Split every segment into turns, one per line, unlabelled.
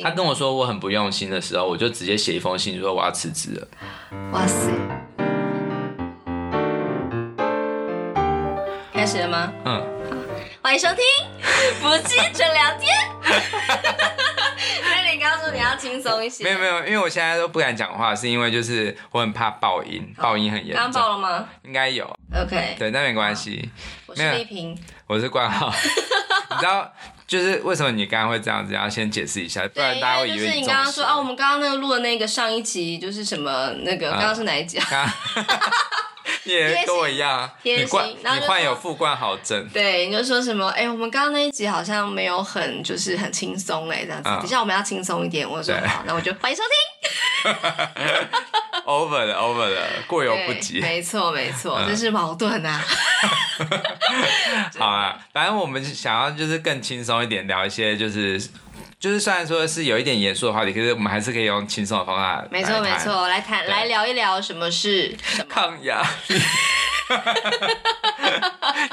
他跟我说我很不用心的时候，我就直接写一封信说我要辞职了。
哇塞！开始了吗？
嗯，
欢迎收 听《不记者聊天》。 瑞林告诉你要轻松一些。
没有没有，因为我现在都不敢讲话，是因为就是我很怕爆音，哦爆音很严
刚
重，
爆了吗
应该有
？OK，
对，但没关系，
我
没
是
有
丽萍。
我是冠 浩。你知道就是为什么你刚刚会这样子，要先解释一下，不
对，
然
因
大家会
为
以
就是
为
你
中
刚刚
邪
说啊，我。们刚刚那个录的那个上一集就是什么那个，刚刚是哪一集啊？
刚你也跟我一样啊，
贴心
你冠
然后
你
就
患有
说
副冠好症，
对，你就说什么？哎、我们刚刚那一集好像没有很就是很轻松哎，这样子。
嗯
等一下我们要轻松一点，我说
对
好，那我就欢迎收听。
，over 了 over 了，过犹不
对
及。
没错没错，
嗯
这是矛盾啊。
好啊，反正我们想要就是更轻松一点，聊一些就是就是虽然说是有一点严肃的话题，可是我们还是可以用轻松的方法来
没错没
谈
错，来谈
对
来聊一聊什么是什么。
抗压力。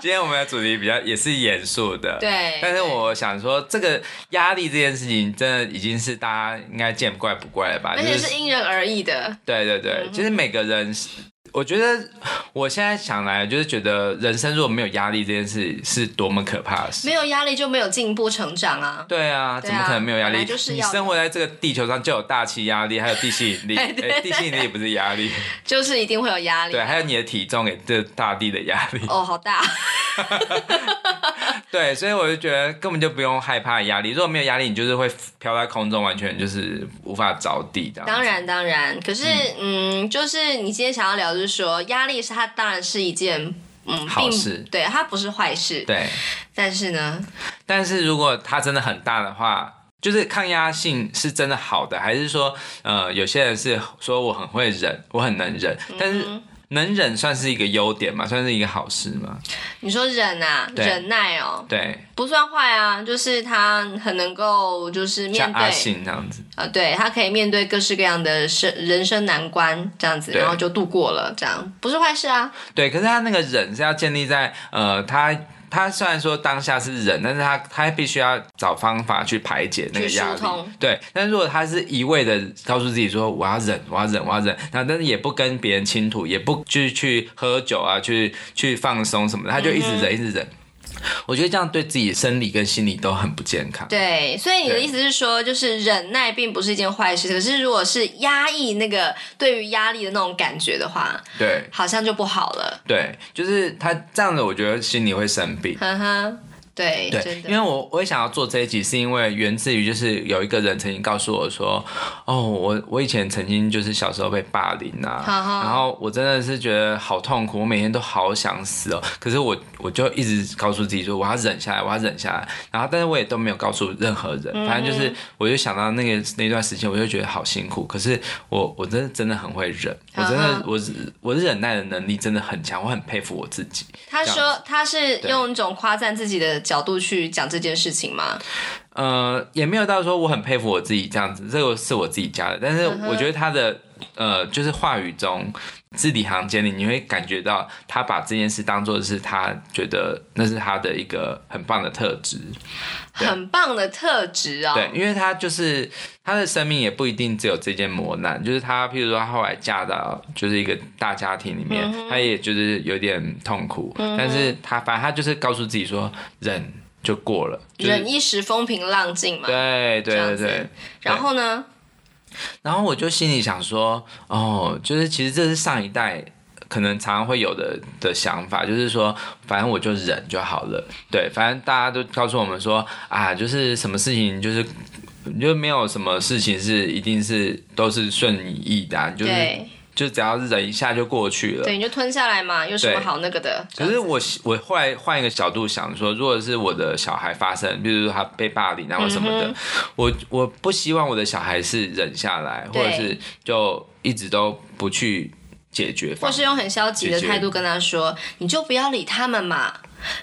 今天我们的主题比较也是严肃的，。
对，
但是我想说，这个压力这件事情，真的已经是大家应该见怪不怪了吧？
对而
就
且是因人嗯而异的。
对对对，其实每个人是，我觉得我现在想来，就是觉得人生如果没有压力这件事，是多么可怕的事。
没有压力就没有进步成长啊！
对啊，
对啊
怎么可能没有压
本
力？
来就是
你
要的
生活在这个地球上就有大气压力，还 有地吸引力。
哎对
哎地吸引力也不是压 力，
就是一定会有压力。
对，啊还有你的体重给这大地的压力。
哦，好大，
对，所以我就觉得根本就不用害怕压力。如果没有压力，你就是会飘在空中，完全就是无法着地这样。
当，然当然。可是，嗯，就是你今天想要聊，就是说压力是它当然是一件，嗯，
好
并
事
对，它不是坏事。
对。
但是呢，
但是如果它真的很大的话，就是抗压性是真的好的，还是说，呃，有些人是说我很会忍，我很能忍，
嗯
但是能忍算是一个优点嘛，算是一个好事嘛？
你说忍啊，
对
忍耐哦，
对，
不算坏啊，就是他很能够就是面
像
对
阿信这样子。
啊，对他可以面对各式各样的生人生难关这样子，
对
然后就度过了，这样不是坏事啊。
对，可是他那个忍是要建立在呃，他他虽然说当下是忍，但是他他必须要找方法去排解那个
去疏
压力
通。
对，但如果他是一味的告诉自己说我要忍，我要忍，我要忍，那但是也不跟别人倾吐，也不去去喝酒啊，去去放松什么的，他就一直
嗯
忍，一直忍。我觉得这样对自己生理跟心理都很不健康。
对，所以你的
对
意思是说，就是忍耐并不是一件坏事，可是如果是压抑那个对于压力的那种感觉的话，
对
好像就不好了。
对，就是他这样子，我觉得心里会生病。
呵呵，对，
对
真，
因
的
为我我也想要做这一集，是因为源自于就是有一个人曾经告诉我说，哦，我我以前曾经就是小时候被霸凌啊，
哈哈
然后我真的是觉得好痛苦，我每天都好想死哦，可是我我就一直告诉自己说我要忍下来，我要忍下来，然后但是我也都没有告诉任何人，
嗯
反正就是我就想到那个那段时间，我就觉得好辛苦，可是我我真的真的很会忍，我真
哈哈
的我我忍耐的能力真的很强，我很佩服我自己。
他
这样
说他是
对
用一种夸赞自己的角度去讲这件事情吗？
呃，也没有到说我很佩服我自己这样子，这个是我自己家的，但是
嗯哼
我觉得他的呃，就是话语中字里行间里，你会感觉到他把这件事当做是他觉得那是他的一个很棒的特质，对
很棒的特质哦。
对，因为他就是他的生命也不一定只有这件磨难，就是他，譬如说他后来嫁到就是一个大家庭里面，
嗯
他也就是有点痛苦，但是他反正他就是告诉自己说忍就过了，就是、
忍一时风平浪静嘛。
对对
这样
对
子
对。
然后呢？
然后我就心里想说，哦，就是其实这是上一代可能常常会有的的想法，就是说，反正我就忍就好了。对，反正大家都告诉我们说，啊，就是什么事情就是。就没有什么事情是一定是都是顺你意的、啊，就是
对
就只要忍一下就过去了。
对，你就吞下来嘛，有什么
对
好那个的？
可是我我后来换一个角度想说，如果是我的小孩发生，比如说他被霸凌啊或什么
嗯
的，我我不希望我的小孩是忍下来，或
对
者是就一直都不去解决方
或是用很消极的态度跟他说，你就不要理他们嘛。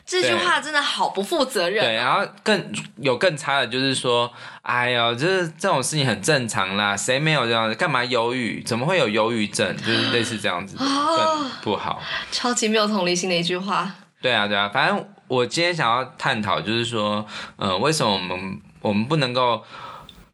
这句话真的好不负责任。
对，然后更有更差的就是说，哎呦，就是这种事情很正常啦，谁没有这样子？干嘛忧郁？怎么会有忧郁症？就是类似这样子的，
哦
更不好。
超级没有同理心的一句话。
对啊，对啊，反正呃我今天想要探讨就是说，嗯、为什么我们我们不能够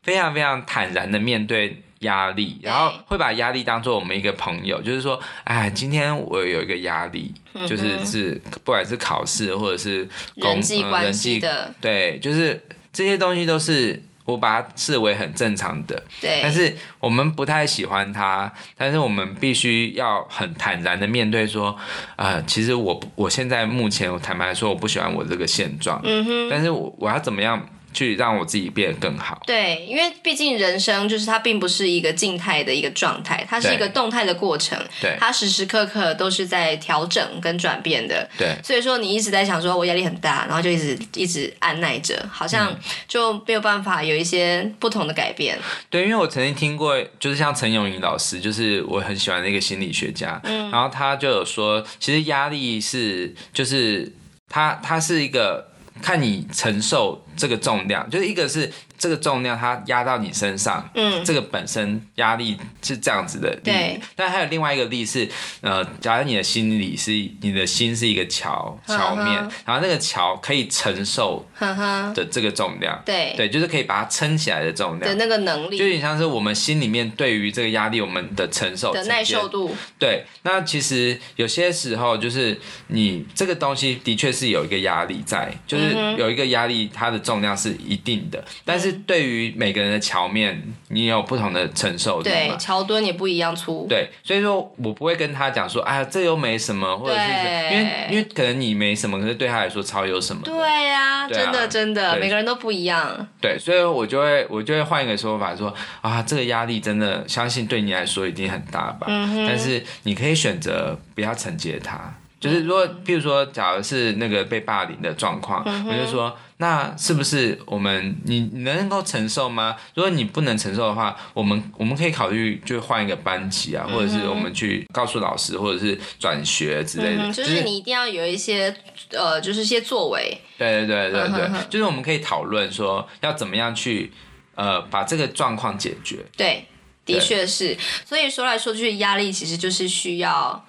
非常非常坦然的面对压力，
对
然后会把压力当做我们一个朋友，就是说，哎，今天我有一个压力，就
嗯
是
哼
是不管是考试或者是工
人际
呃
关
人
系
际
的，
对，就是这些东西都是我把它视为很正常的，
对，
但是我们不太喜欢它，但是我们必须要很坦然的面对说，呃，其实我不我现在目前我坦白说我不喜欢我这个现状，
嗯哼。
但是我我要怎么样去让我自己变得更好？
对，因为毕竟人生就是它并不是一个静态的一个状态，它是一个
对
动态的过程，
对
它时时刻刻都是在调整跟转变的。
对
所以说你一直在想说我压力很大，然后就一直一直按耐着，好像
嗯
就没有办法有一些不同的改变。
对，因为我曾经听过，就是像陈永仪老师，就是我很喜欢的一个心理学家，
嗯
然后他就有说，其实压力是就是它它是一个看你承受这个重量，就是一个是这个重量它压到你身上，
嗯，
这个本身压力是这样子的力。
对。
但还有另外一个力是，呃，假如你的心理是你的心是一个桥桥面
嗯哼，
然后那个桥可以承受
呵呵，
的这个重量，
对
对，就是可以把它撑起来的重量
的。那个能
就有
力
点像是我们心里面对于这个压力我们的承受
的耐受
度。
度，
对，那其实有些时候就是你这个东西的确是有一个压力在，就是
嗯
有一个压力，它的重量是一定的。但是对于每个人的桥面，你有不同的承受力
对
嘛，？
桥墩也不一样粗，
对，所以说我不会跟他讲说，哎呀，这又没什么，或者是
对
因为因为可能你没什么，可是对他来说超有什么的。
对呀、
对啊
真的真的，
对
每个人都不一样。
对，所以我就会我就会换一个说法说啊，这个压力真的相信对你来说一定很大吧，
嗯
但是你可以选择不要承接它。就是如果，
嗯
譬如说，假如是那个被霸凌的状况，我就说，那是不是我们你你能够承受吗？如果你不能承受的话，我们我们可以考虑就换一个班级啊，或者是我们去告诉老师，或者是转学之类的。
嗯嗯，就
就是
你一定要有一些呃，就是一些作为，
对对对对对，
嗯哼哼
就是我们可以讨论说要怎么样去呃把这个状况解决。
对，的
对
确是。所以说来说去，压力其实就是需要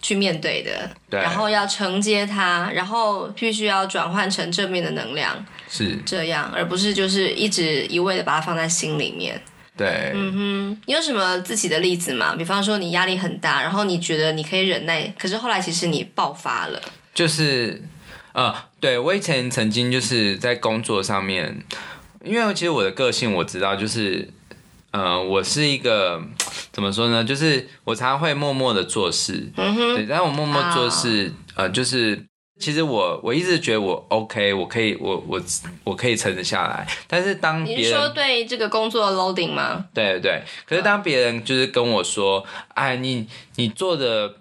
去面对的，
对
然后要承接它，然后必须要转换成正面的能量，
是
这样，而不是就是一直一味的把它放在心里面。
对，
嗯你有什么自己的例子吗？比方说你压力很大，然后你觉得你可以忍耐，可是后来其实你爆发了，
就是呃，对我以前曾经就是在工作上面，因为其实我的个性我知道，就是呃，我是一个怎么说呢，就是我常常会默默的做事，
嗯哼，
对，但我默默做事，呃，就是其实我我一直觉得我 OK，我可以，我我我可以撑得下来，但是当
你
别
是
人
说对这个工作的 loading 吗？
对对，
嗯
可是当别人就是跟我说，哎，你你做的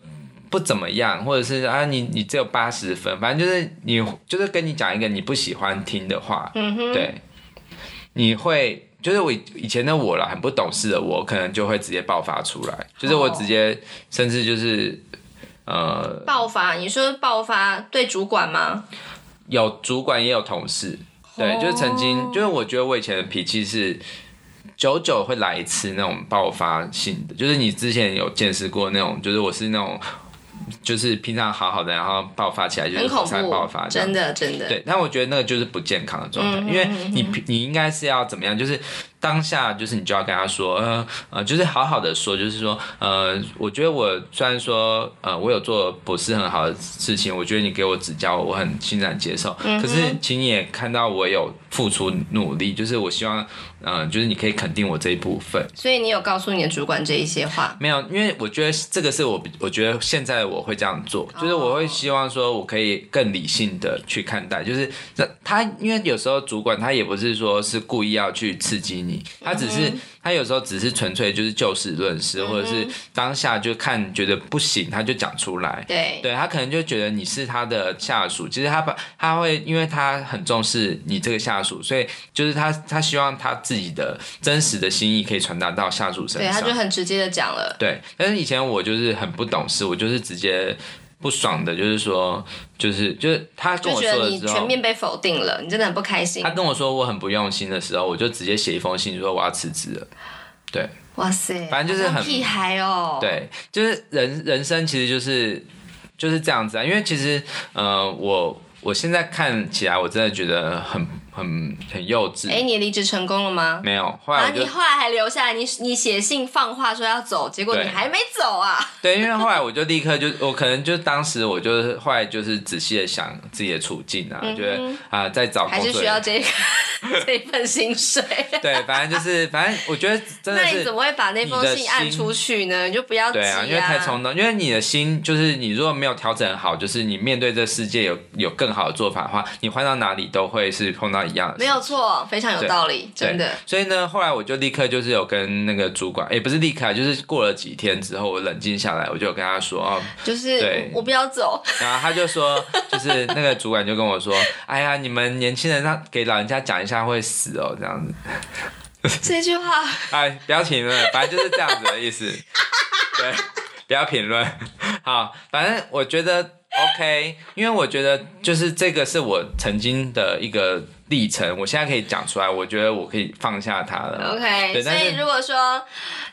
不怎么样，或者是啊，你你只有八十分，反正就是你就是跟你讲一个你不喜欢听的话，
嗯哼，
对，你会就是我以以前的我啦，很不懂事的我，可能就会直接爆发出来，就是我
哦
直接甚至就是呃，
爆发，你说爆发对主管吗？
有主管也有同事，
哦
对，就是曾经就是我觉得我以前的脾气是久久会来一次那种爆发性的，就是你之前有见识过那种，就是我是那种就是平常好好的，然后爆发起来就
很
是
恐
才
怖，
爆发这样
真。的真的。
对，但我觉得那个就是不健康的状态，因为你你应该是要怎么样？就是当下就是你就要跟他说，呃呃，就是好好的说，就是说，呃，我觉得我虽然说呃我有做不是很好的事情，我觉得你给我指教，我很欣然接受。可是请你也看到我有付出努力，就是我希望，呃，就是你可以肯定我这一部分。
所以你有告诉你的主管这一些话，
没有，因为我觉得这个是我比，我觉得现在我会这样做，
哦
就是我会希望说我可以更理性的去看待，就是这他，因为有时候主管他也不是说是故意要去刺激
嗯
你，他只是、他有时候只是纯粹就是就事论
嗯
事，或者是当下就看觉得不行，他就讲出来。
对，
对他可能就觉得你是他的下属，其实他把他会，因为他很重视你这个下属，所以就是他他希望他自己的真实的心意可以传达到下属身
对，
上。
他就很直接的讲了，
对，但是以前我就是很不懂事，我就是直接不爽的，就是说，就是就是他跟
就
我
觉
说
得
了
你
之
全
后，
面被否定了，你真的很不开心
他。跟我说我很不用心的时候，我就直接写一封信说我要辞职了。
哇塞，
反正就是
好像
很
屁孩哦。，
对，就是人人生其实就是就是这样子啊，因为其实呃，我我现在看起来我真的觉得很很很幼稚。
哎、你离职成功了吗？
没有，后来
啊，
我就
你后来还留下来，你你写信放话说要走，结果你
对
还没走啊！
对，因为后来我就立刻就，我可能就当时我就是后来就是仔细的想自己的处境啊，
嗯哼
觉得啊、在找工
还
作
是需要这个 这一份薪水。
对，反正就是反正我觉得真的
那你
是
怎么会把那封
你的
信按
心
出去呢？你就不要急
对啊，因为太冲动，因为你的心就是你如果没有调整好，就是你面对这世界有有更好的做法的话，你换到哪里都会是碰到一样的事
没有错，非常有
对
道理，真
对
的。
所以呢，后来我就立刻就是有跟那个主管，也、不是立刻啊，就是过了几天之后，我冷静下来，我就有跟他说哦，
就是
对
我不要 走，
然后他就说， 就是那个主管就跟我说，哎呀，你们年轻人让给老人家讲一下会死哦，这样子，
这句话
哎，不要评论，反正就是这样子的意思，对，不要评论，好，反正我觉得 OK，因为我觉得就是这个是我曾经的一个历程，我现在可以讲出来，我觉得我可以放下它了。
OK。
对
所
但
以
是
如果说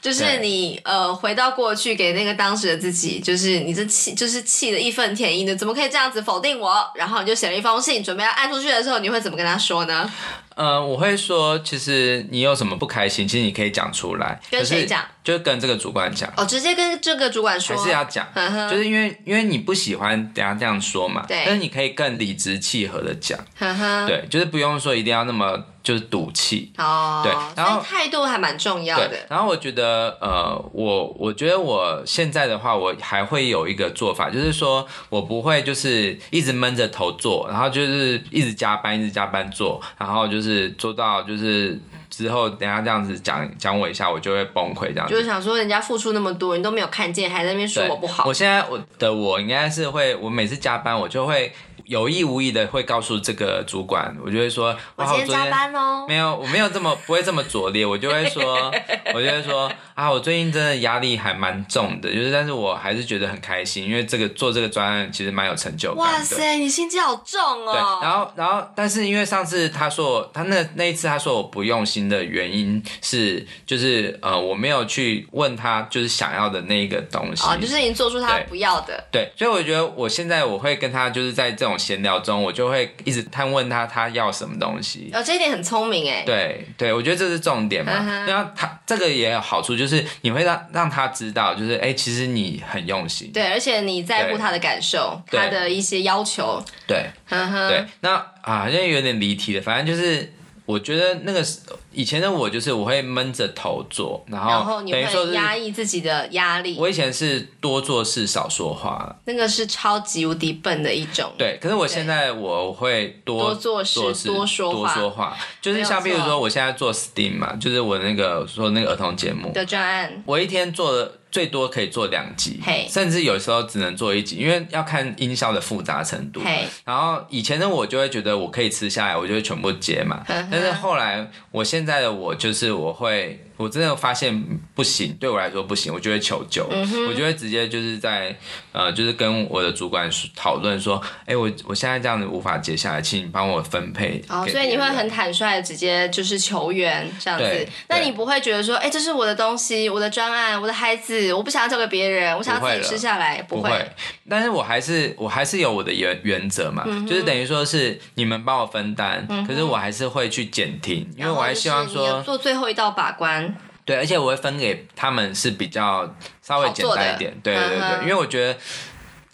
就是
对
你呃回到过去给那个当时的自己，就是你这气就是气的义愤填膺的，怎么可以这样子否定我？然后你就写了一封信，准备要按出去的时候，你会怎么跟他说呢？
呃，我会说，其实你有什么不开心，其实你可以讲出来。
跟谁
可是
讲？
就跟这个主管讲，
哦，直接跟这个主管说
还，是要讲。
呵呵
就是因为因为你不喜欢等下这样说嘛，
对嗯
但是你可以更理直气和的讲，
呵呵，
对，就是不用说一定要那么就是赌气，
哦，
对
所
然后
以态度还蛮重要
对
的。。
然后我觉得呃，我我觉得我现在的话，我还会有一个做法，就是说我不会就是一直闷着头做，然后就是一直加班，一直加班做，然后就是做到就是之后等下这样子讲讲我一下，我就会崩溃这样子。
就是想说，人家付出那么多，你都没有看见，还在那边说
对
我不好
我。现在我的我应该是会，我每次加班我就会有意无意的会告诉这个主管，我就会说，
我
哇
今天加。班哦
昨天。没有，我没有这么不会这么拙劣，我就会 说，我就会说啊，我最近真的压力还蛮重的，就是但是我还是觉得很开心，因为这个做这个专案其实蛮有成就感的。
哇塞，你心机好重哦！
对，然后然后，但是因为上次他说我他那那一次他说我不用心的原因是，就是呃我没有去问他就是想要的那个东西，
哦，就是你做出他
对
不要的，
对，所以我觉得我现在我会跟他就是在这种闲聊中，我就会一直探问他他要什么东西。
哦，这一点很聪明哎。
对对，我觉得这是重点嘛
嗯哼。
然后他这个也有好处，就是你会让让他知道，就是哎、其实你很用心。
对，而且你在乎他的感受，
对
他的一些要求，
对
呵呵
对，，那啊，好像有点离题了，反正就是。我觉得那个是以前的我，就是我会闷着头做，然
然
后
后你
等于说
会
是，
压抑自己的压力，
我以前是多做事少说话，
那个是超级无敌笨的一种。
对，可是我现在我会多
多做事多
多
说
多
话
说话，就
没
是
有
像比如
错
说我现在做 STEAM 嘛，就是我那个说那个儿童节目，
的专案，
我一天做的最多可以做两集
嘿，
甚至有时候只能做一集，因为要看音效的复杂程度。
嘿，
然后以前的我就会觉得我可以吃下来，我就会全部接嘛。
嗯哼
但是后来我现在的我就是我会，我真的发现不行，对我来说不行，我就会求救，
嗯
我就会直接就是在呃，就是跟我的主管说讨论说，哎，我我现在这样子无法接下来，请你帮我分配。
哦，所以你会很。坦率的直接就是求援这样子
对，
那
对
你不会觉得说，哎、这是我的东西，我的专案，我的孩子，我不想要交给别人，我想要
不会
自己
了
吃下来，
不
会，
会，但是我还是我还是有我的原原则嘛，
嗯
就是等于说是你们帮我分担，可是我还是会去监听，因为
然后
我还
就是
希望
你
说
有做最后一道把关，
对，而且我会分给他们是比较稍微简单一点
好做的，
对对对，
嗯哼
因为我觉得，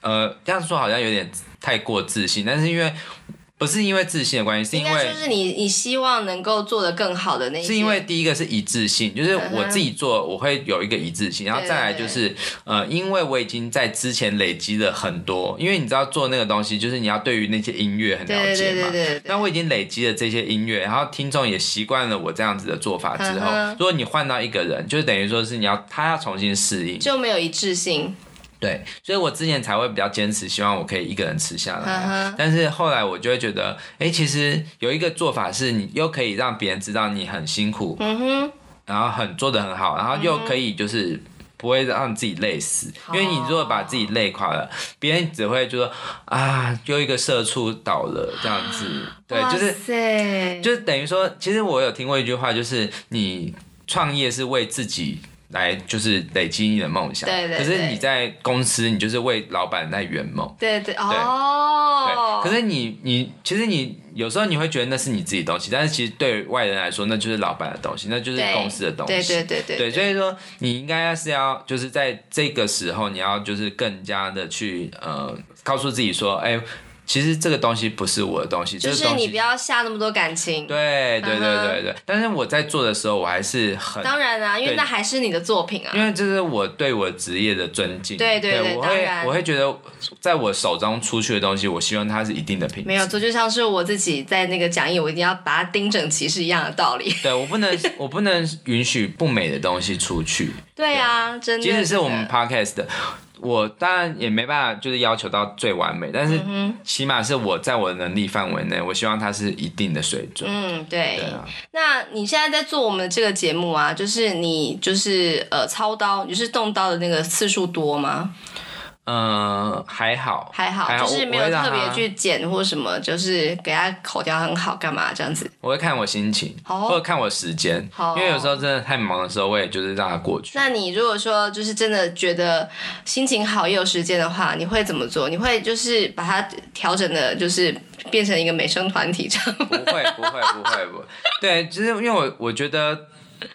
呃，这样说好像有点太过自信，但是因为不是因为自信的关系，是
应
因
该
为
就是你你希望能够做得更好的那一些
是因为第一个是一致性，就是
嗯哼
我自己做我会有一个一致性，然后
对
再来就是呃，因为我已经在之前累积了很多，因为你知道做那个东西就是你要对于那些音乐很
对
了
对
解
对
嘛
对，对对
那我已经累积了这些音乐，然后听众也习惯了我这样子的做法之后，
嗯哼
如果你换到一个人，就是等于说是你要他要重新适应，
就没有一致性，
对，所以我之前才会比较坚持，希望我可以一个人吃下来啊、
嗯哼
但是后来我就会觉得，哎、其实有一个做法是你又可以让别人知道你很辛苦，
嗯哼，
然后很做的很好，然后又可以就是。不会让自己累死，因为你如果把自己累垮了，别人只会就说啊，又一个社畜倒了这样子，对，
哇
就是
塞，
就是等于说，其实我有听过一句话，就是你创业是为自己来就是累积你的梦想。
对对
可是
对
你在公司，你就是为老板在圆梦。
对对哦，
对，可是你你其实你有时候你会觉得那是你自己的东西，但是其实对外人来说，那就是老板的东西，那就是
对
公司的东西。
对对对对
对，所以说你应该是要就是在这个时候，你要就是更加的去呃告诉自己说，哎、其实这个东西不是我的东西，
就
这
是
个东
你
西
不。要下那么多感情。
对对对
嗯哼
对对，但是我在做的时候，我还是很，
当然啦、因为
对
那还是你的作品啊
因。为这是我对我职业的尊敬。
对对
对
对
我
当
会
然
我会觉得，在我手中出去的东西，我希望它是一定的品质。
没有，这就像是我自己在那个讲义，我一定要把它盯整齐是一样的道理。
对我不能，我不能允许不美的东西出去。
对啊，真的。
即使是我们
真的
podcast 的，我当然也没办法，就是要求到最完美，但是
嗯
起码是我在我的能力范围内，我希望它是一定的水准。
嗯，对。
对啊，
那你现在在做我们的这个节目啊，就是你就是呃操刀，你是动刀的那个次数多吗？
嗯，还好，
还好，
还好，
就是
我
没有特别。
我会让它
去剪或什么，就是给它口条很好，干嘛这样子？
我会看我心情，
哦
或者看我时间，
好
因为有时候真的太忙的时候，我也就是让它 过去。
那你如果说就是真的觉得心情好也有时间的话，你会怎么做？你会就是把它调整的，就是变成一个美声团体这样吗？
不会，不会，不会，不会。 对，就是因为我我觉得，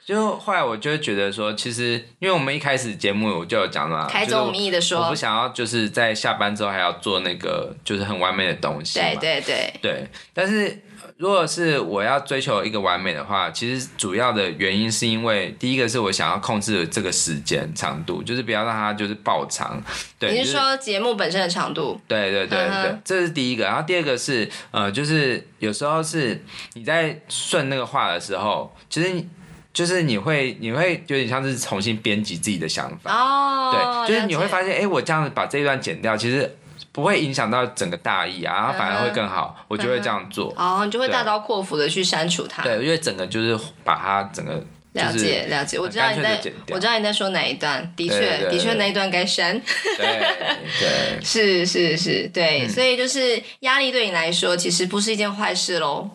就后来我就会觉得说，其实因为我们一开始节目我就有讲嘛，
开
就是 我
宗明义的
我
说
不，想要就是在下班之后还要做那个就是很完美的东西嘛。
对对对，
对但是呃如果是我要追求一个完美的话，其实主要的原因是因为第一个是我想要控制这个时间长度，就是不要让它就是爆长。对，
你
就是
说节目本身的长度？
对对对对，
嗯哼
这是第一个。然后第二个是，呃，就是有时候是你在顺那个话的时候，其实你就是你会你会有点像是重新编辑自己的想法，
哦，
对，就是你会发
现
现，哎、我这样子把这一段剪掉，其实不会影响到整个大意啊，然
嗯
后反而会更好，我就会这样做。
哦，你就会
对啊
大刀阔斧的去删除它。
对，因为整个就是把它 整个
了
就是
解了解，我
很
知道
干
你
脆地
在
剪，掉
我知道你在说哪一段，的
对
确
对
的确
对
那一段该删，
对对。
是是是，
嗯
对，所以就是压力对你来说其实不是一件坏事喽。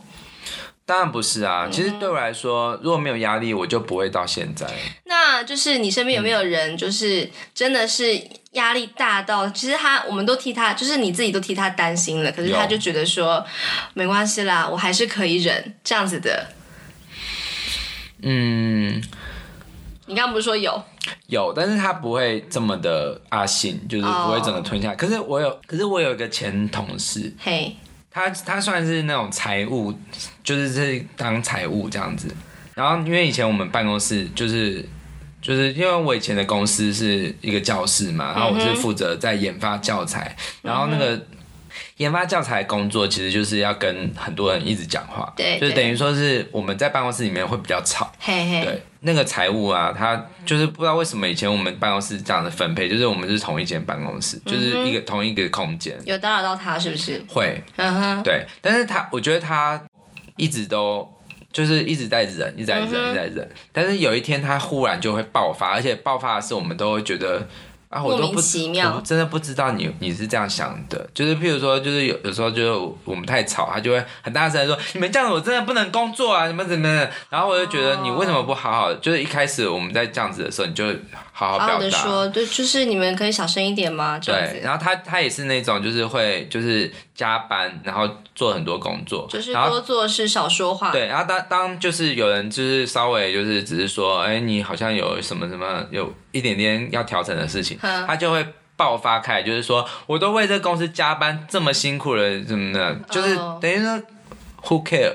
当然不是
嗯
啊，其实对我来说，如果没有压力，我就不会到现在。
那就是你身边有
嗯
没有人，就是真的是压力大到，其实他我们都替他，就是你自己都替他担心了，可是
有
他就觉得说没关系啦，我还是可以忍这样子的。
嗯，
你刚刚不是说有？
有，但是他不会这么的阿信，就是不会整
哦
个吞下。可是我有，可是我有一个前同事，
嘿，
他他算是那种财务，就是是当财务这样子。然后因为以前我们办公室就是就是因为我以前的公司是一个教室嘛，然后我
嗯
是负责在研发教材，然后那个。研发教材工作其实就是要跟很多人一直讲话，
对
就是
对
等于说是我们在办公室里面会比较吵，
嘿嘿，
对，那个财务啊，他就是不知道为什么以前我们办公室这样的分配，就是我们是同一间办公室，就是一个、同一个空间，
有打扰到他是不是？
会
嗯哼。
对，但是他我觉得他一直都。就是一直在忍，一直
嗯
在忍，一直在忍。但是有一天，他忽然就会爆发，而且爆发的是我们都会觉得啊，我都
莫
不
名其妙
我真的不知道你你是这样想的。就是譬如说，就是有有时候就是我们太吵，他就会很大声地说：“你们这样子我真的不能工作啊，你们怎么怎么。”然后我就觉得你为什么不好好？就是一开始我们在这样子的时候，你就好好
好
表
好
达，
的说，对，就是你们可以小声一点吗？这样
对，
子，
然后他他也是那种就是会就是加班，然后做很多工作，
就是
然
多
后。
做事少说话。
对，然后当当就是有人就是稍微就是只是说，哎，你好像有什么什么有一点点要调整的事情，
嗯
他就会爆发开来，就是说我都为这公司加班这么辛苦了，怎么的，就是
哦
等于说 who care，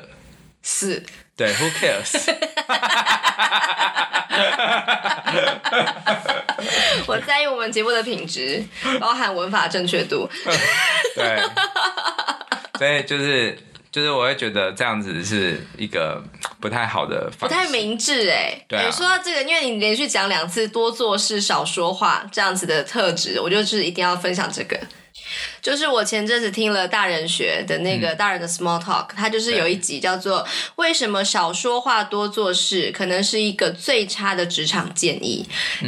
是，
对 who cares，
我在意我们节目的品质，包含文法正确度。
对，所以就是就是我会觉得这样子是一个不太好的
不
方式，
太明智哎、
对啊
你说到这个，因为你连续讲两次多做事少说话这样子的特质，我就是一定要分享这个。就是我前阵子听了大人学的那
嗯
个大人的 Small Talk，、它就是有一集叫做“为什么少说话多做事可能是一个最差的职场建议”，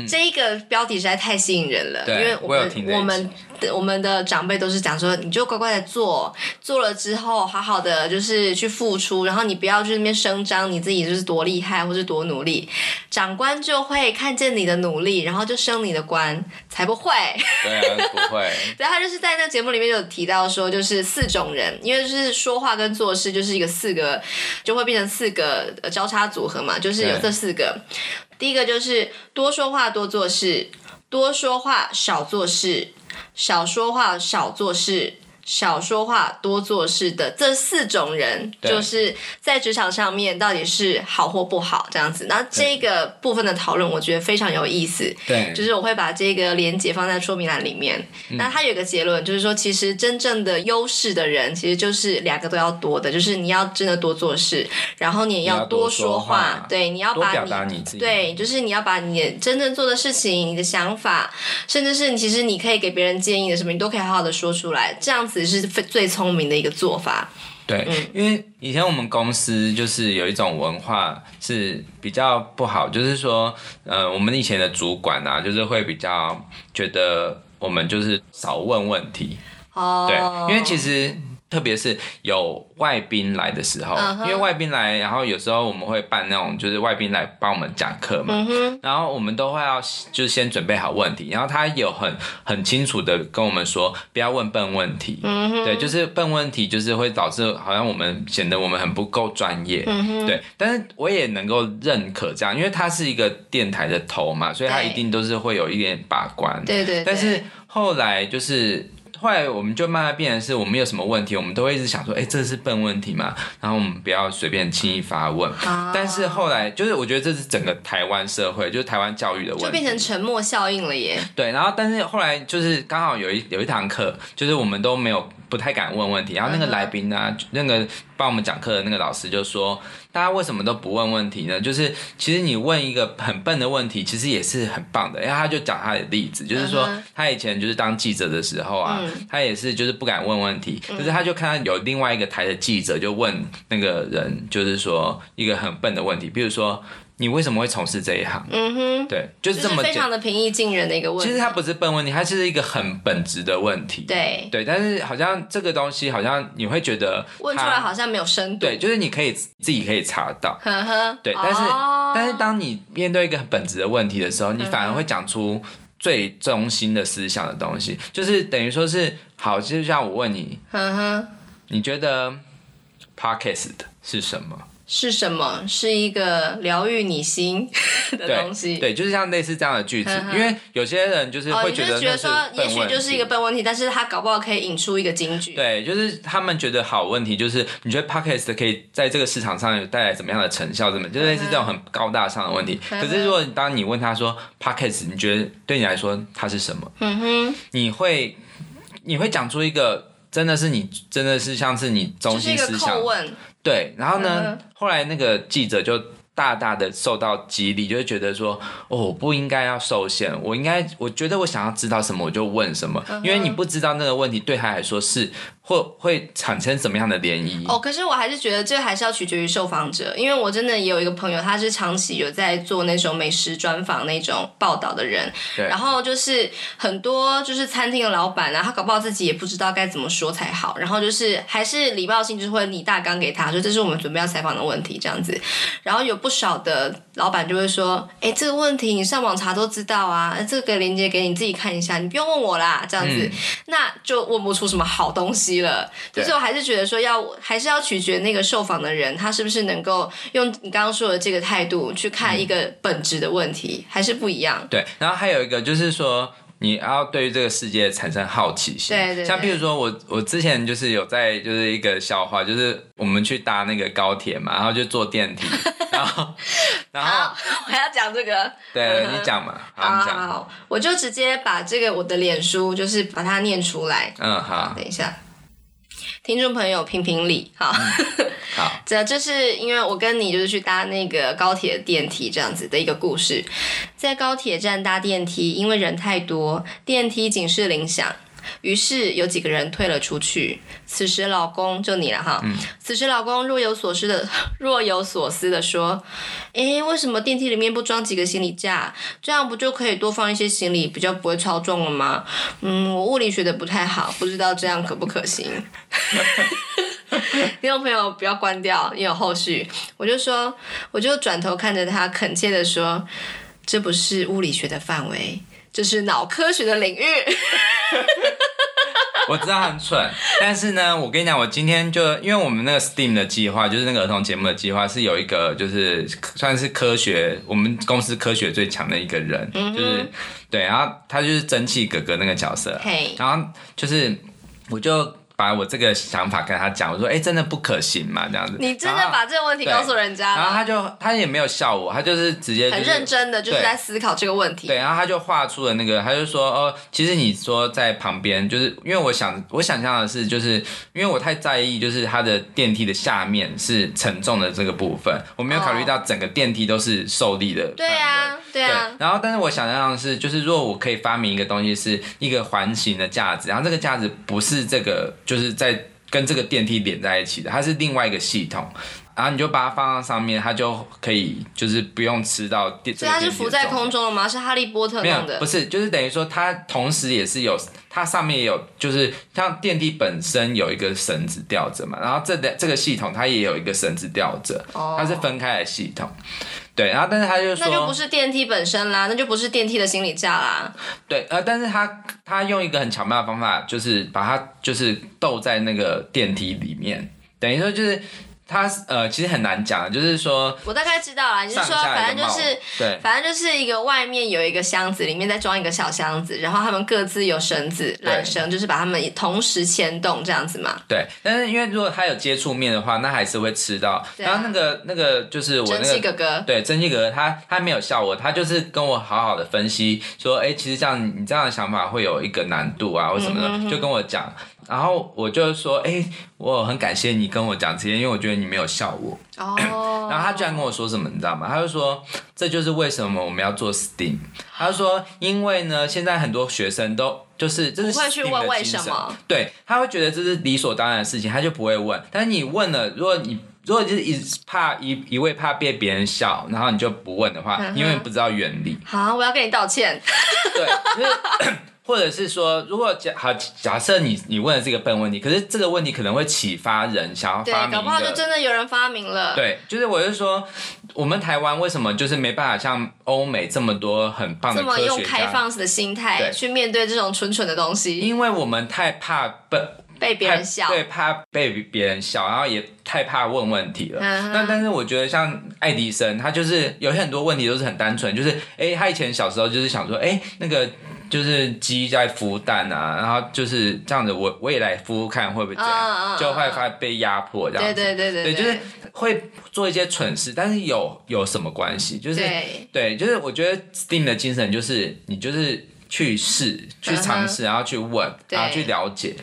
这一个标题实在太吸引人了，因
嗯对
为我
我有
们
听这一集
们我们的长辈都是讲说，你就乖乖的做，做了之后好好的就是去付出，然后你不要去那边声张你自己就是多厉害或是多努力，长官就会看见你的努力，然后就升你的官，才不会。
对啊，不会，
对，他就是在那节目里面有提到说，就是四种人，因为就是说话跟做事就是一个四个，就会变成四个呃交叉组合嘛，就是有这
对
四个。第一个就是多说话多做事，多说话少做事，少说话少做事。少说话多做事的这四种人，
对
就是在职场上面到底是好或不好这样子。那这个部分的讨论，我觉得非常有意思。
对，
就是我会把这个连接放在说明栏里面。
嗯
那它有一个结论，就是说，其实真正的优势的人，其实就是两个都要多的，就是你要真的多做事，然后你也
你要
多
多
说
说
话
话，
对，你要
多
把
表
你
达你自己，
对，就是你要把你真正做的事情、你的想法，甚至是你其实你可以给别人建议的什么，你都可以好好的说出来，这样子是非最聪明的一个做法。
对，因为以前我们公司就是有一种文化是比较不好，就是说，呃，我们以前的主管啊，就是会比较觉得我们就是少问问题，
哦，
对，因为其实。特别是有外宾来的时候
嗯哼
因为外宾来，然后有时候我们会办那种，就是外宾来帮我们讲课嘛，
嗯哼，
然后我们都会要就是先准备好问题，然后他有很很清楚的跟我们说，不要问笨问题。
嗯哼，
对，就是笨问题，就是会导致好像我们显得我们很不够专业。
嗯哼，
对，但是我也能够认可这样，因为他是一个电台的头嘛，所以他
对
一定都是会有一点把关。
对对对，
但是后来就是。后来我们就慢慢变成是，我们有什么问题，我们都会一直想说，哎、这是笨问题嘛，然后我们不要随便轻易发问。
啊
但是后来就是，我觉得这是整个台湾社会，就是台湾教育的问题，
就变成沉默效应了耶。
对。然后，但是后来就是刚好有一有一堂课，就是我们都没有不太敢问问题。然后那
嗯
个
哼
来宾呢、那个帮我们讲课的那个老师就说，大家为什么都不问问题呢？就是其实你问一个很笨的问题，其实也是很棒的。然后他就讲他的例子，就是说
嗯哼
他以前就是当记者的时候啊，
嗯
他也是就是不敢问问题，可是他就看到有另外一个台的记者就问那个人，就是说一个很笨的问题，比如说你为什么会从事这一行？
嗯哼，
对，就是
就是
这么
非
简
常的平易近人的一个问题。
其实它不是笨问题，它是一个很本质的问题。
对
对，但是好像这个东西，好像你会觉得
问出
它
来好像没有深度。
对，就是你可以自己可以查到。
呵呵，
对，但是、
哦嗯
但是当你面对一个很本质的问题的时候，你反而会讲出最中心的思想的东西，就是等于说是好，就像我问你，
呵呵
你觉得 podcast 是什么？
是什么？是一个疗愈你心 的东西。
对，对，就是像类似这样的句子
嗯，哼
因为有些人就是
哦，
会
你就
觉
是
得
觉
那
得
是
说，也
笨
许
问
就是一
题
个笨问题，但是他搞不好可以引出一个金句。
对，就是他们觉得好问题，就是你觉得 podcast 可以在这个市场上有带来怎么样的成效？怎么就类似
嗯
这种很高大上的问题。
嗯哼
可是如果你当你问他说 podcast，你觉得对你来说它是什么？
嗯哼，
你会你会讲出一个真的是你真的是像是你中
就是一
心
个
思想
叩问。
对，然后呢，
嗯
后来那个记者就大大的受到激励，就会觉得说，哦，我不应该要受限，我应该，我觉得我想要知道什么我就问什么，
嗯
因为你不知道那个问题对他来说是会会产生什么样的涟漪。
哦，可是我还是觉得这还是要取决于受访者，因为我真的也有一个朋友，他是长期有在做那种美食专访那种报道的人，
对
然后就是很多就是餐厅的老板啊，他搞不好自己也不知道该怎么说才好，然后就是还是礼貌性就是会拟大纲给他，说这是我们准备要采访的问题这样子，然后有不少的老板就会说，哎，这个问题你上网查都知道啊，哎这个链接给你自己看一下，你不用问我啦，这样子，
嗯
那就问不出什么好东西了。就
对
是我还是觉得说要，还是要取决那个受访的人，他是不是能够用你刚刚说的这个态度去看一个本质的问题，还是不一样。
对，然后还有一个就是说。你要对于这个世界产生好奇心，
对对对
像譬如说我，我之前就是有在就是一个笑话，就是我们去搭那个高铁嘛，然后就坐电梯，然后然后
好，我要讲这个。
对你讲嘛，好你
好好
讲，
好，我就直接把这个我的脸书，就是把它念出来。
嗯好
等一下，听众朋友评评理，好。
好，
这这是因为我跟你就是去搭那个高铁电梯这样子的一个故事，在高铁站搭电梯，因为人太多，电梯警示铃响，于是有几个人退了出去。此时老公就你了哈，此时老公若有所思的 若有所思的说：“诶，为什么电梯里面不装几个行李架？这样不就可以多放一些行李，比较不会超重了吗？”嗯，我物理学的不太好，不知道这样可不可行。听众朋友不要关掉，也有后续。我就说，我就转头看着他，恳切的说：“这不是物理学的范围，这是脑科学的领 域。”
我知道很蠢， 但是呢，我跟你讲，我今天就因为我们那个 STEAM 的计划，就是那个儿童节目的计划，是有一个就是算是科学，我们公司科学最强的一个人，
嗯
就是对，然后他就是蒸汽哥哥那个角色，
嘿
然后就是我就把我这个想法跟他讲，我说，哎、真的不可行嘛，这样子，
你真
然
的
后
把这个问题告诉人家
然后
了，
他就他也没有笑我，他就是直接、就
很
是、
认真的就是
对
在思考这个问题。
对，然后他就画出了那个，他就说哦，其实你说在旁边，就是因为我想我想象的是，就是因为我太在意，就是它的电梯的下面是沉重的这个部分，我没有考虑到整个电梯都是受力的。
哦对啊，对
对
啊，
然后但是我想象的是，就是如果我可以发明一个东西，是一个环形的架子，然后这个架子不是这个，就是在跟这个电梯连在一起的，它是另外一个系统。然后你就把它放到上面，它就可以就是不用吃到电。
所以它是浮在
这个电梯的重量
空中的吗？是哈利波特
没有
弄，的
不？是，就是等于说它同时也是有，它上面也有，就是像电梯本身有一个绳子吊着嘛，然后这的这个系统它也有一个绳子吊着，
哦
它是分开的系统。对，然后但是他就说，
那就不是电梯本身啦，那就不是电梯的行李架啦。
对，呃，但是他他用一个很巧妙的方法，就是把它就是斗在那个电梯里面，等于说就是他呃，其实很难讲，就是说
我大概知道啦，你是
上
说
下
反
一个
正就
帽
是
对
反正就是一个外面有一个箱子，里面再装一个小箱子，然后他们各自有绳子、缆绳，就是把他们同时牵动这样子嘛。
对，但是因为如果他有接触面的话，那还是会吃到。
对啊
然后那个那个就是我
蒸
那
汽
个
哥哥，
对，蒸汽哥哥他他没有笑我，他就是跟我好好的分析说，哎、其实这样你这样的想法会有一个难度啊，或什么的，就跟我讲。然后我就说，哎、我很感谢你跟我讲这些，因为我觉得你没有笑我。，
哦
然后他居然跟我说什么，你知道吗？他就说，这就是为什么我们要做 STEAM。他就说，因为呢，现在很多学生都就是这是
不会去
STEAM
问
的
为
精
什
神
么，
对，他会觉得这是理所当然的事情，他就不会问。但是你问了，如果你如果就是一怕一一味怕被别人笑，然后你就不问的话，
嗯哼
因为不知道原理，
好，我要跟你道歉。
对，就是 或者是说，如果假好假设你你问的是一个笨问题，可是这个问题可能会启发人想要
对
发，明
搞
一
不好就
个
真的有人发明 了。
对，就是我是说，我们台湾为什么就是没办法像欧美这么多很棒
这
的
么
科
用
学
开
家？
放式的心态
对
去面对这种蠢蠢的东西，
因为我们太怕笨，
被别人笑
太。对，怕被别人笑，然后也太怕问问题了。
嗯
那但是我觉得像爱迪生，他就是有很多问题都是很单纯，就是哎、他以前小时候就是想说，哎、那个就是鸡在孵蛋啊，然后就是这样子，我我也来孵看会不会怎样，
嗯嗯嗯
就会发被压迫这样
对对
子。
对对
对，就是会做一些蠢事，但是有有什么关系？就是
对
对，就是我觉得 STEAM 的精神就是你就是去试、去尝试，然后去问，
嗯对
然后去了解。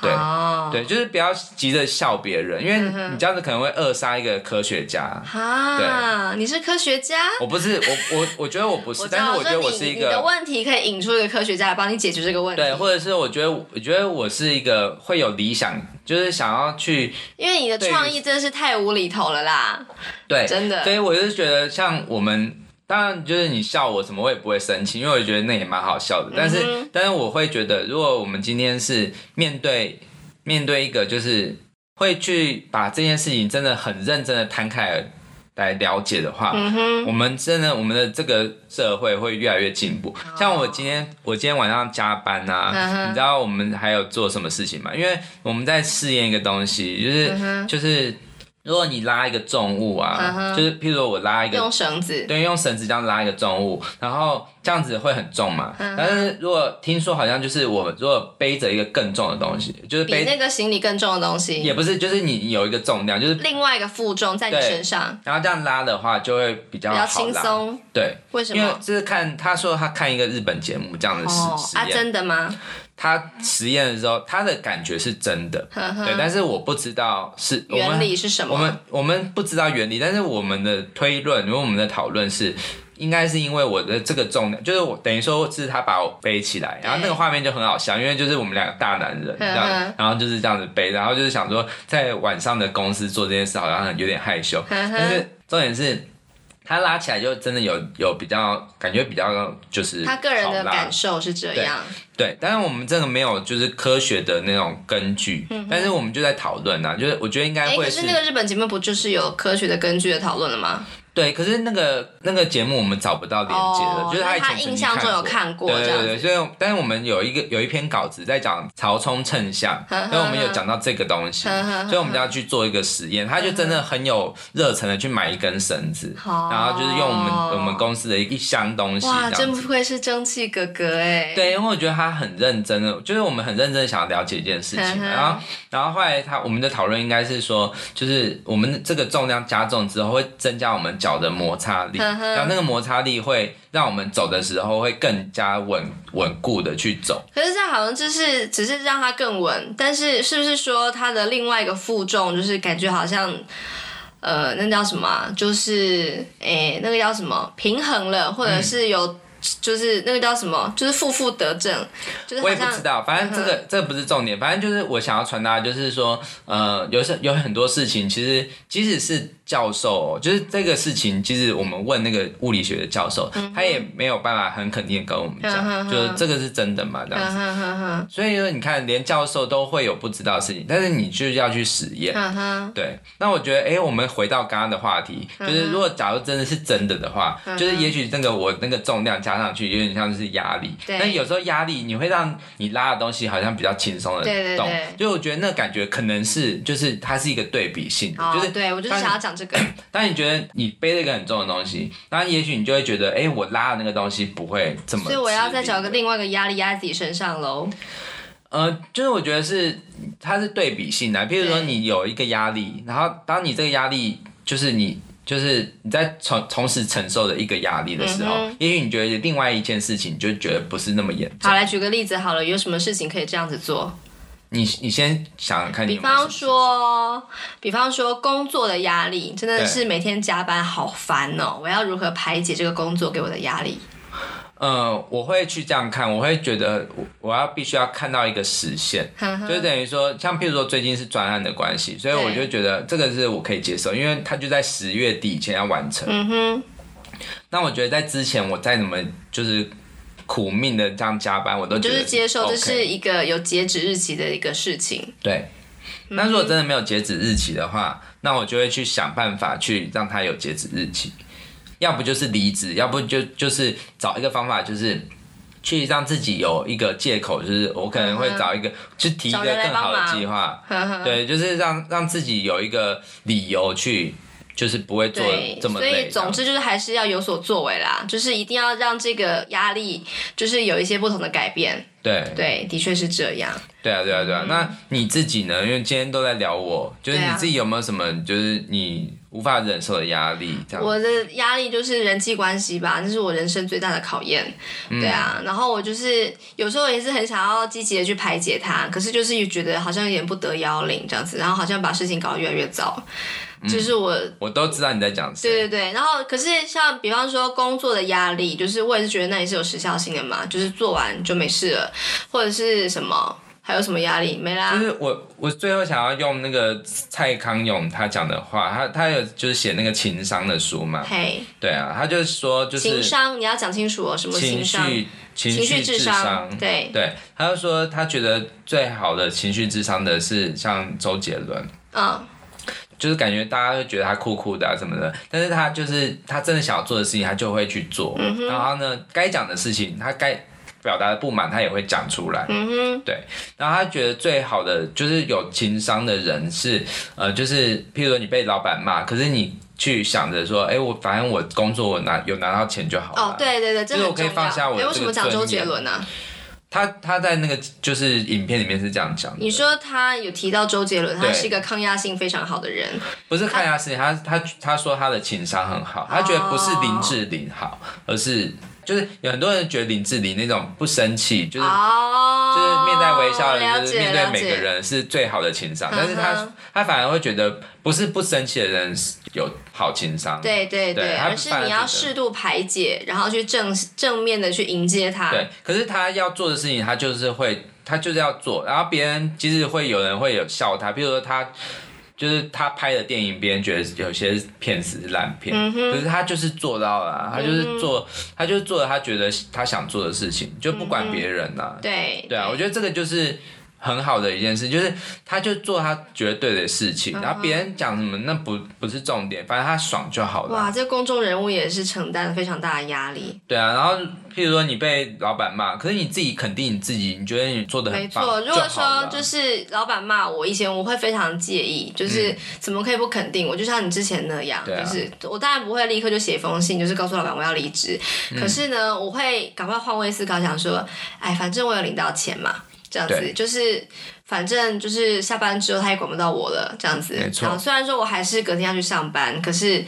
对
哦，
对，就是不要急着笑别人，因
嗯
为你这样子可能会扼杀一个科学家。
啊，你是科学家。
我不是，我我我觉得我不是，
知
但
道，
是我觉得我
所
是
以你
一
你的
个。
问题可以引出一个科学家来帮你解决这个问题，
对，或者是我觉得，我觉得我是一个会有理想，就是想要去
因为你的
对于
创意真的是太无厘头了啦。
对，
真的
所以我就是觉得，像我们，当然就是你笑我什么，我也不会生气，因为我觉得那也蛮好笑的。但是，
嗯
但是我会觉得，如果我们今天是面对面对一个，就是会去把这件事情真的很认真的摊开来来了解的话，
嗯哼，
我们真的，我们的这个社会会越来越进步。像我今天，我今天晚上加班
哦嗯
啊，
哼
你知道我们还有做什么事情吗？因为我们在试验一个东西，就是就是，如果你拉一个重物
嗯
啊，
哼
就是譬如说我拉一个，
用绳子，
对，用绳子这样拉一个重物，然后这样子会很重嘛。
嗯
但是如果听说好像就是我如果背着一个更重的东西，就是
比
背
那个行李更重的东西，
也不是，就是你有一个重量，就是
另外一个负重在你
对
身上，
然后这样拉的话就会比较
比较
好
轻
拉，
松。
对。
为什
因为
么？
这是看他说他看一个日本节目这样的实、
哦，
实
啊，
验，
真的吗？
他实验的时候他的感觉是真的，
呵呵
对，但是我不知道是我
原
们
理是什么？
我们我们不知道原理，但是我们的推论，因为我们的讨论是应该是因为我的这个重量，就是我等于说是他把我背起来，然后那个画面就很好笑，因为就是我们两个大男人这
嗯
样
哼，
然后就是这样子背，然后就是想说在晚上的公司做这件事好像有点害羞，
嗯
但
哼，
是重点是。他拉起来就真的有有比较感觉比较就是
他个人的
好拉
感受是这样，
对，当然我们这个没有就是科学的那种根据，但是我们就在讨论啊，就是我觉得应该
哎，
会
嗯可是那个日本节目不就是有科学的根据的讨论了吗？
对，可是那个那个节目我们找不到连接了，
哦
就是
那
以前
他
曾经
印象中有看过
对
这样
对对，所以但是我们有一个有一篇稿子在讲曹冲称象，
呵呵
所以我们有讲到这个东西，
呵呵呵
所以我们就要去做一个实验，他就真的很有热忱的去买一根绳子，
哦
然后就是用我们我们公司的一箱东西
哇，
这样
真
子。
不愧是蒸汽哥哥哎，
对，因为我觉得他很认真的，就是我们很认真的想要了解一件事情，
呵呵
然后然后后来他我们的讨论应该是说，就是我们这个重量加重之后会增加我们脚的摩擦力，
呵呵
然后那个摩擦力会让我们走的时候会更加稳稳固的去走。
可是这样好像就是只是让它更稳，但是是不是说它的另外一个负重就是感觉好像，呃，那叫什么啊、就是诶、那个叫什么平衡了，或者是有、就是那个叫什么，就是负负得正，就是
我
好
也不
像嗯
知道，反正这个、这不是重点，反正就是我想要传达的就是说，呃，有时有很多事情，其实即使是教授、哦，就是这个事情，即使我们问那个物理学的教授，他也没有办法很肯定地跟我们讲，
嗯哼
就是这个是真的嘛这样子。
嗯哼哼哼，
所以说，你看，连教授都会有不知道的事情，但是你就是要去实验。
嗯哼，
对，那我觉得，哎、我们回到刚刚的话题，
嗯
就是如果假如真的是真的的话，就是也许那个我那个重量加上去，有点像是压力。
对
那有时候压力你会让你拉的东西好像比较轻松的动，
对对对
所以我觉得那感觉可能是就是它是一个对比性的，
哦，
就是
对我就是
当你
想要讲这个，
当你觉得你背了一个很重的东西，那也许你就会觉得，哎、我拉的那个东西不会这么，
所以我要再找个。另外一个压力压在自己身上喽。
呃，就是我觉得是它是对比性的，啊譬如说
对
你有一个压力，然后当你这个压力就是你就是你在从同时承受的一个压力的时候，
嗯
也许你觉得另外一件事情你就觉得不是那么严重
好，。来举个例子好了，有什么事情可以这样子做？
你你先想想看你
比
有没有什么
方说，比方说工作的压力，真的
对
是每天加班好烦哦！我要如何排解这个工作给我的压 力？
呃，我会去这样看，我会觉得我我要必须要看到一个实现，
嗯
就等于说，像譬如说最近是专案的关系，所以我
对
就觉得这个是我可以接受，因为它就在十月底以前要完成。
嗯哼，
那我觉得在之前我再怎么就是苦命的这样加班，我都觉
就
得
是接受
OK
这是一个有截止日期的一个事情。
对。那如果真的没有截止日期的
嗯
话，那我就会去想办法去让它有截止日期，要不就是离职，要不就就是找一个方法，就是去让自己有一个借口，就是我可能会找
嗯
一个、去提一
找
个
人来
更
帮
好的
忙
计划，
呵呵
对，就是让让自己有一个理由去，就是不会做
对，
这么
所
累这
以
样。
总之就是还是要有所作为啦，就是一定要让这个压力就是有一些不同的改变。
对
对，的确是这样。
对啊，对啊，对啊。那你自己呢？因为今天都在聊我，就是
嗯对
你
啊
自己有没有什么就是你无法忍受的压力？这样
我的压力就是人际关系吧，这是我人生最大的考验。
嗯
对啊，然后我就是有时候也是很想要积极的去排解它，可是就是觉得好像有点不得要领这样子，然后好像把事情搞得越来越糟。
嗯
就是我，
我都知道你在讲谁。
对对对，然后可是像比方说工作的压力，就是我也是觉得那也是有时效性的嘛，就是做完就没事了，或者是什么，还有什么压力没啦？
就是我，我最后想要用那个蔡康永他讲的话，他他有就是写那个情商的书嘛，
嘿，
对啊，他就是说就
情
是
商你要讲清楚哦，什么
情
商？
绪情
情
绪
绪
智
智
商，
对，
对，他就说他觉得最好的情绪智商的是像周杰伦，
嗯，
就是感觉大家会觉得他酷酷的啊什么的，但是他就是他真的想要做的事情，他就会去做。
嗯
然后呢，该讲的事情，他该表达的不满，他也会讲出来。
嗯哼。
然后他觉得最好的就是有情商的人是，呃，就是譬如说你被老板骂，可是你去想着说，哎、我反正我工作我拿有拿到钱就好了。
哦，。对对对，这
就是
很
我可
重
以
要
放下我
哎
的
为
这
什
个
么讲
尊
周杰
严
伦呢、
他他在那个就是影片里面是这样讲的，
你说他有提到周杰伦，他
对
是一个抗压性非常好的人。
不是看他
哦
事情，他他他说他的情商很好，他觉得不是林志玲好，而是。就是有很多人觉得林志玲那种不生气，就是、
哦，
就是面带微笑
了
的，就是
解
面对每个
了解
人是最好的情商，但是
嗯
他
哼
他反而会觉得不是不生气的人有好情商，
对对
对他
而是
反而
你要
觉得
适度排解，然后去正正面的去迎接它。
对，可是他要做的事情，他就是会，他就是要做，然后别人其实会有人会有笑他，比如说他。就是他拍的电影，别人觉得有些片子是烂片，
嗯
可是他就是做到了啊、他就是做，他就是做了他觉得他想做的事情，就不管别人呐、
对
对啊，我觉得这个就是很好的一件事，就是他就做他觉得对的事情，然后别人讲什么那不不是重点，反正他爽就好了啊。
哇，这公众人物也是承担了非常大的压力。
对啊，然后譬如说你被老板骂，可是你自己肯定你自己，你觉得你做的
没
很棒，
错，如果
就好
说
了
就是老板骂我，以前我会非常介意，就是怎么可以不肯定我？就像你之前那样，
嗯对啊
就是我当然不会立刻就写一封信，就是告诉老板我要离职。可
嗯
是呢，我会赶快换位思考，想说，哎，反正我有领到钱嘛，这样子
对
就是。反正就是下班之后他也管不到我了，这样子。
没错
然后虽然说我还是隔天要去上班，可是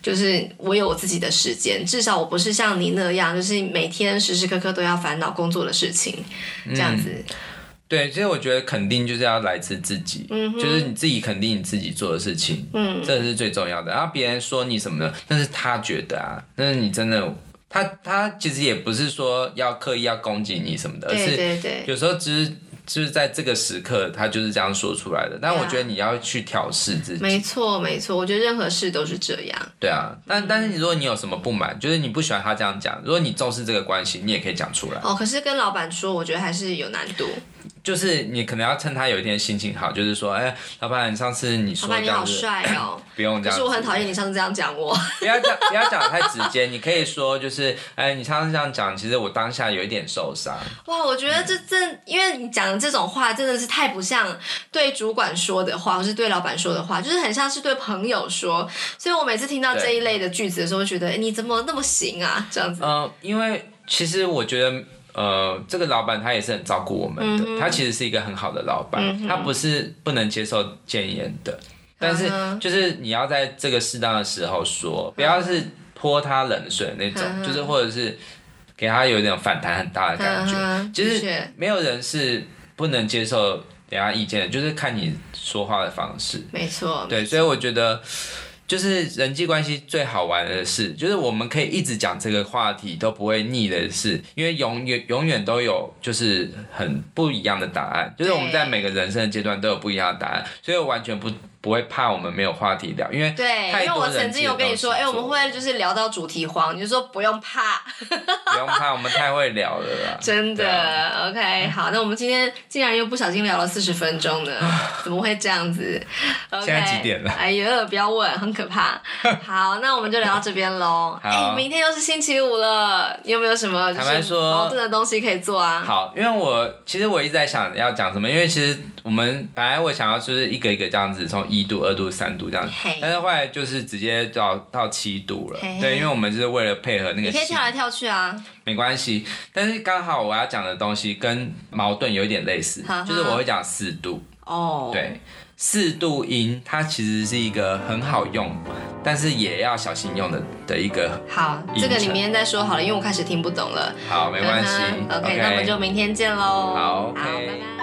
就是我有我自己的时间，至少我不是像你那样，就是每天时时刻刻都要烦恼工作的事情，这样
嗯
子。
对，其实我觉得肯定就是要来自自己，
嗯
就是你自己肯定你自己做的事情，嗯，这是最重要的。然后别人说你什么的，那是他觉得啊，但是你真的，他他其实也不是说要刻意要攻击你什么的，而
对
是
对对，
有时候只是就是在这个时刻他就是这样说出来的。但
对啊
我觉得你要去调试自己，
没错没错，我觉得任何事都是这样。
对啊，但但是你如果你有什么不满，就是你不喜欢他这样讲，如果你重视这个关系，你也可以讲出来。
哦，可是跟老板说，我觉得还是有难度。
就是你可能要趁他有一天心情好，就是说，哎、老板，上次你
老
说
板
这
你好
样子，
帅哦，
不用这
可
样子，
是我很讨厌你上次这样讲我。
不要讲， 不要讲得太直接，你可以说就是，哎、你上次这样讲，其实我当下有一点受伤，
哇，我觉得
嗯
这真，因为你讲的这种话真的是太不像对主管说的话，或是对老板说的话，就是很像是对朋友说。所以我每次听到这一类的句子的时候，会觉得诶哎你怎么那么行啊？这样子。
呃，因为其实我觉得，呃，这个老板他也是很照顾我们
嗯
的，他其实是一个很好的老板，他不是不能接受谏言的，但是
嗯哼
就是你要在这个适当的时候说，不要是泼他冷水那种，
嗯哼
就是或者是给他有一点反弹很大的感觉。
嗯哼
其
的
实
确
没有人是不能接受人家意见的，就是看你说话的方式。
没错，
对，所以我觉得就是人际关系最好玩的事，就是我们可以一直讲这个话题都不会腻的事，因为永远永远都有就是很不一样的答案，就是我们在
对
每个人生的阶段都有不一样的答案，所以我完全不不会怕我们没有话题聊，因为
对，
太
因为
多
我
人
曾经有跟你说，哎、
哎、
我们会就是聊到主题荒，你就说不用怕，
不用怕，我们太会聊了啦，
真的、
对啊
o k 好，那我们今天竟然又不小心聊了四十分钟呢，怎么会这样子？OK，
啊现在几点了
哎呦，不要问，很可 怕。好，那我们就聊到这边喽。哎、明天又是星期五了，你有没有什么就
坦白
是
说
矛盾的东西可以做啊？
好，因为我其实我一直在想要讲什么，因为其实我们本来我想要就是一个一个这样子，从一度、二度、三度这样子
嘿
但是后来就是直接到到七度了
嘿嘿
对，因为我们就是为了配合那
你
个
可以
戏
跳，来跳去啊，
没关系。但是刚好我要讲的东西跟矛盾有一点类似
哈哈
就是我会讲四度，
哦、，
对，四度音它其实是一个很好用，但是也要小心用的的一个。
好，这个你明天再说好了，因为我开始听不懂了。嗯
好，没关系、
嗯哼 OK，那我们就明天见喽。
好，OK
拜拜。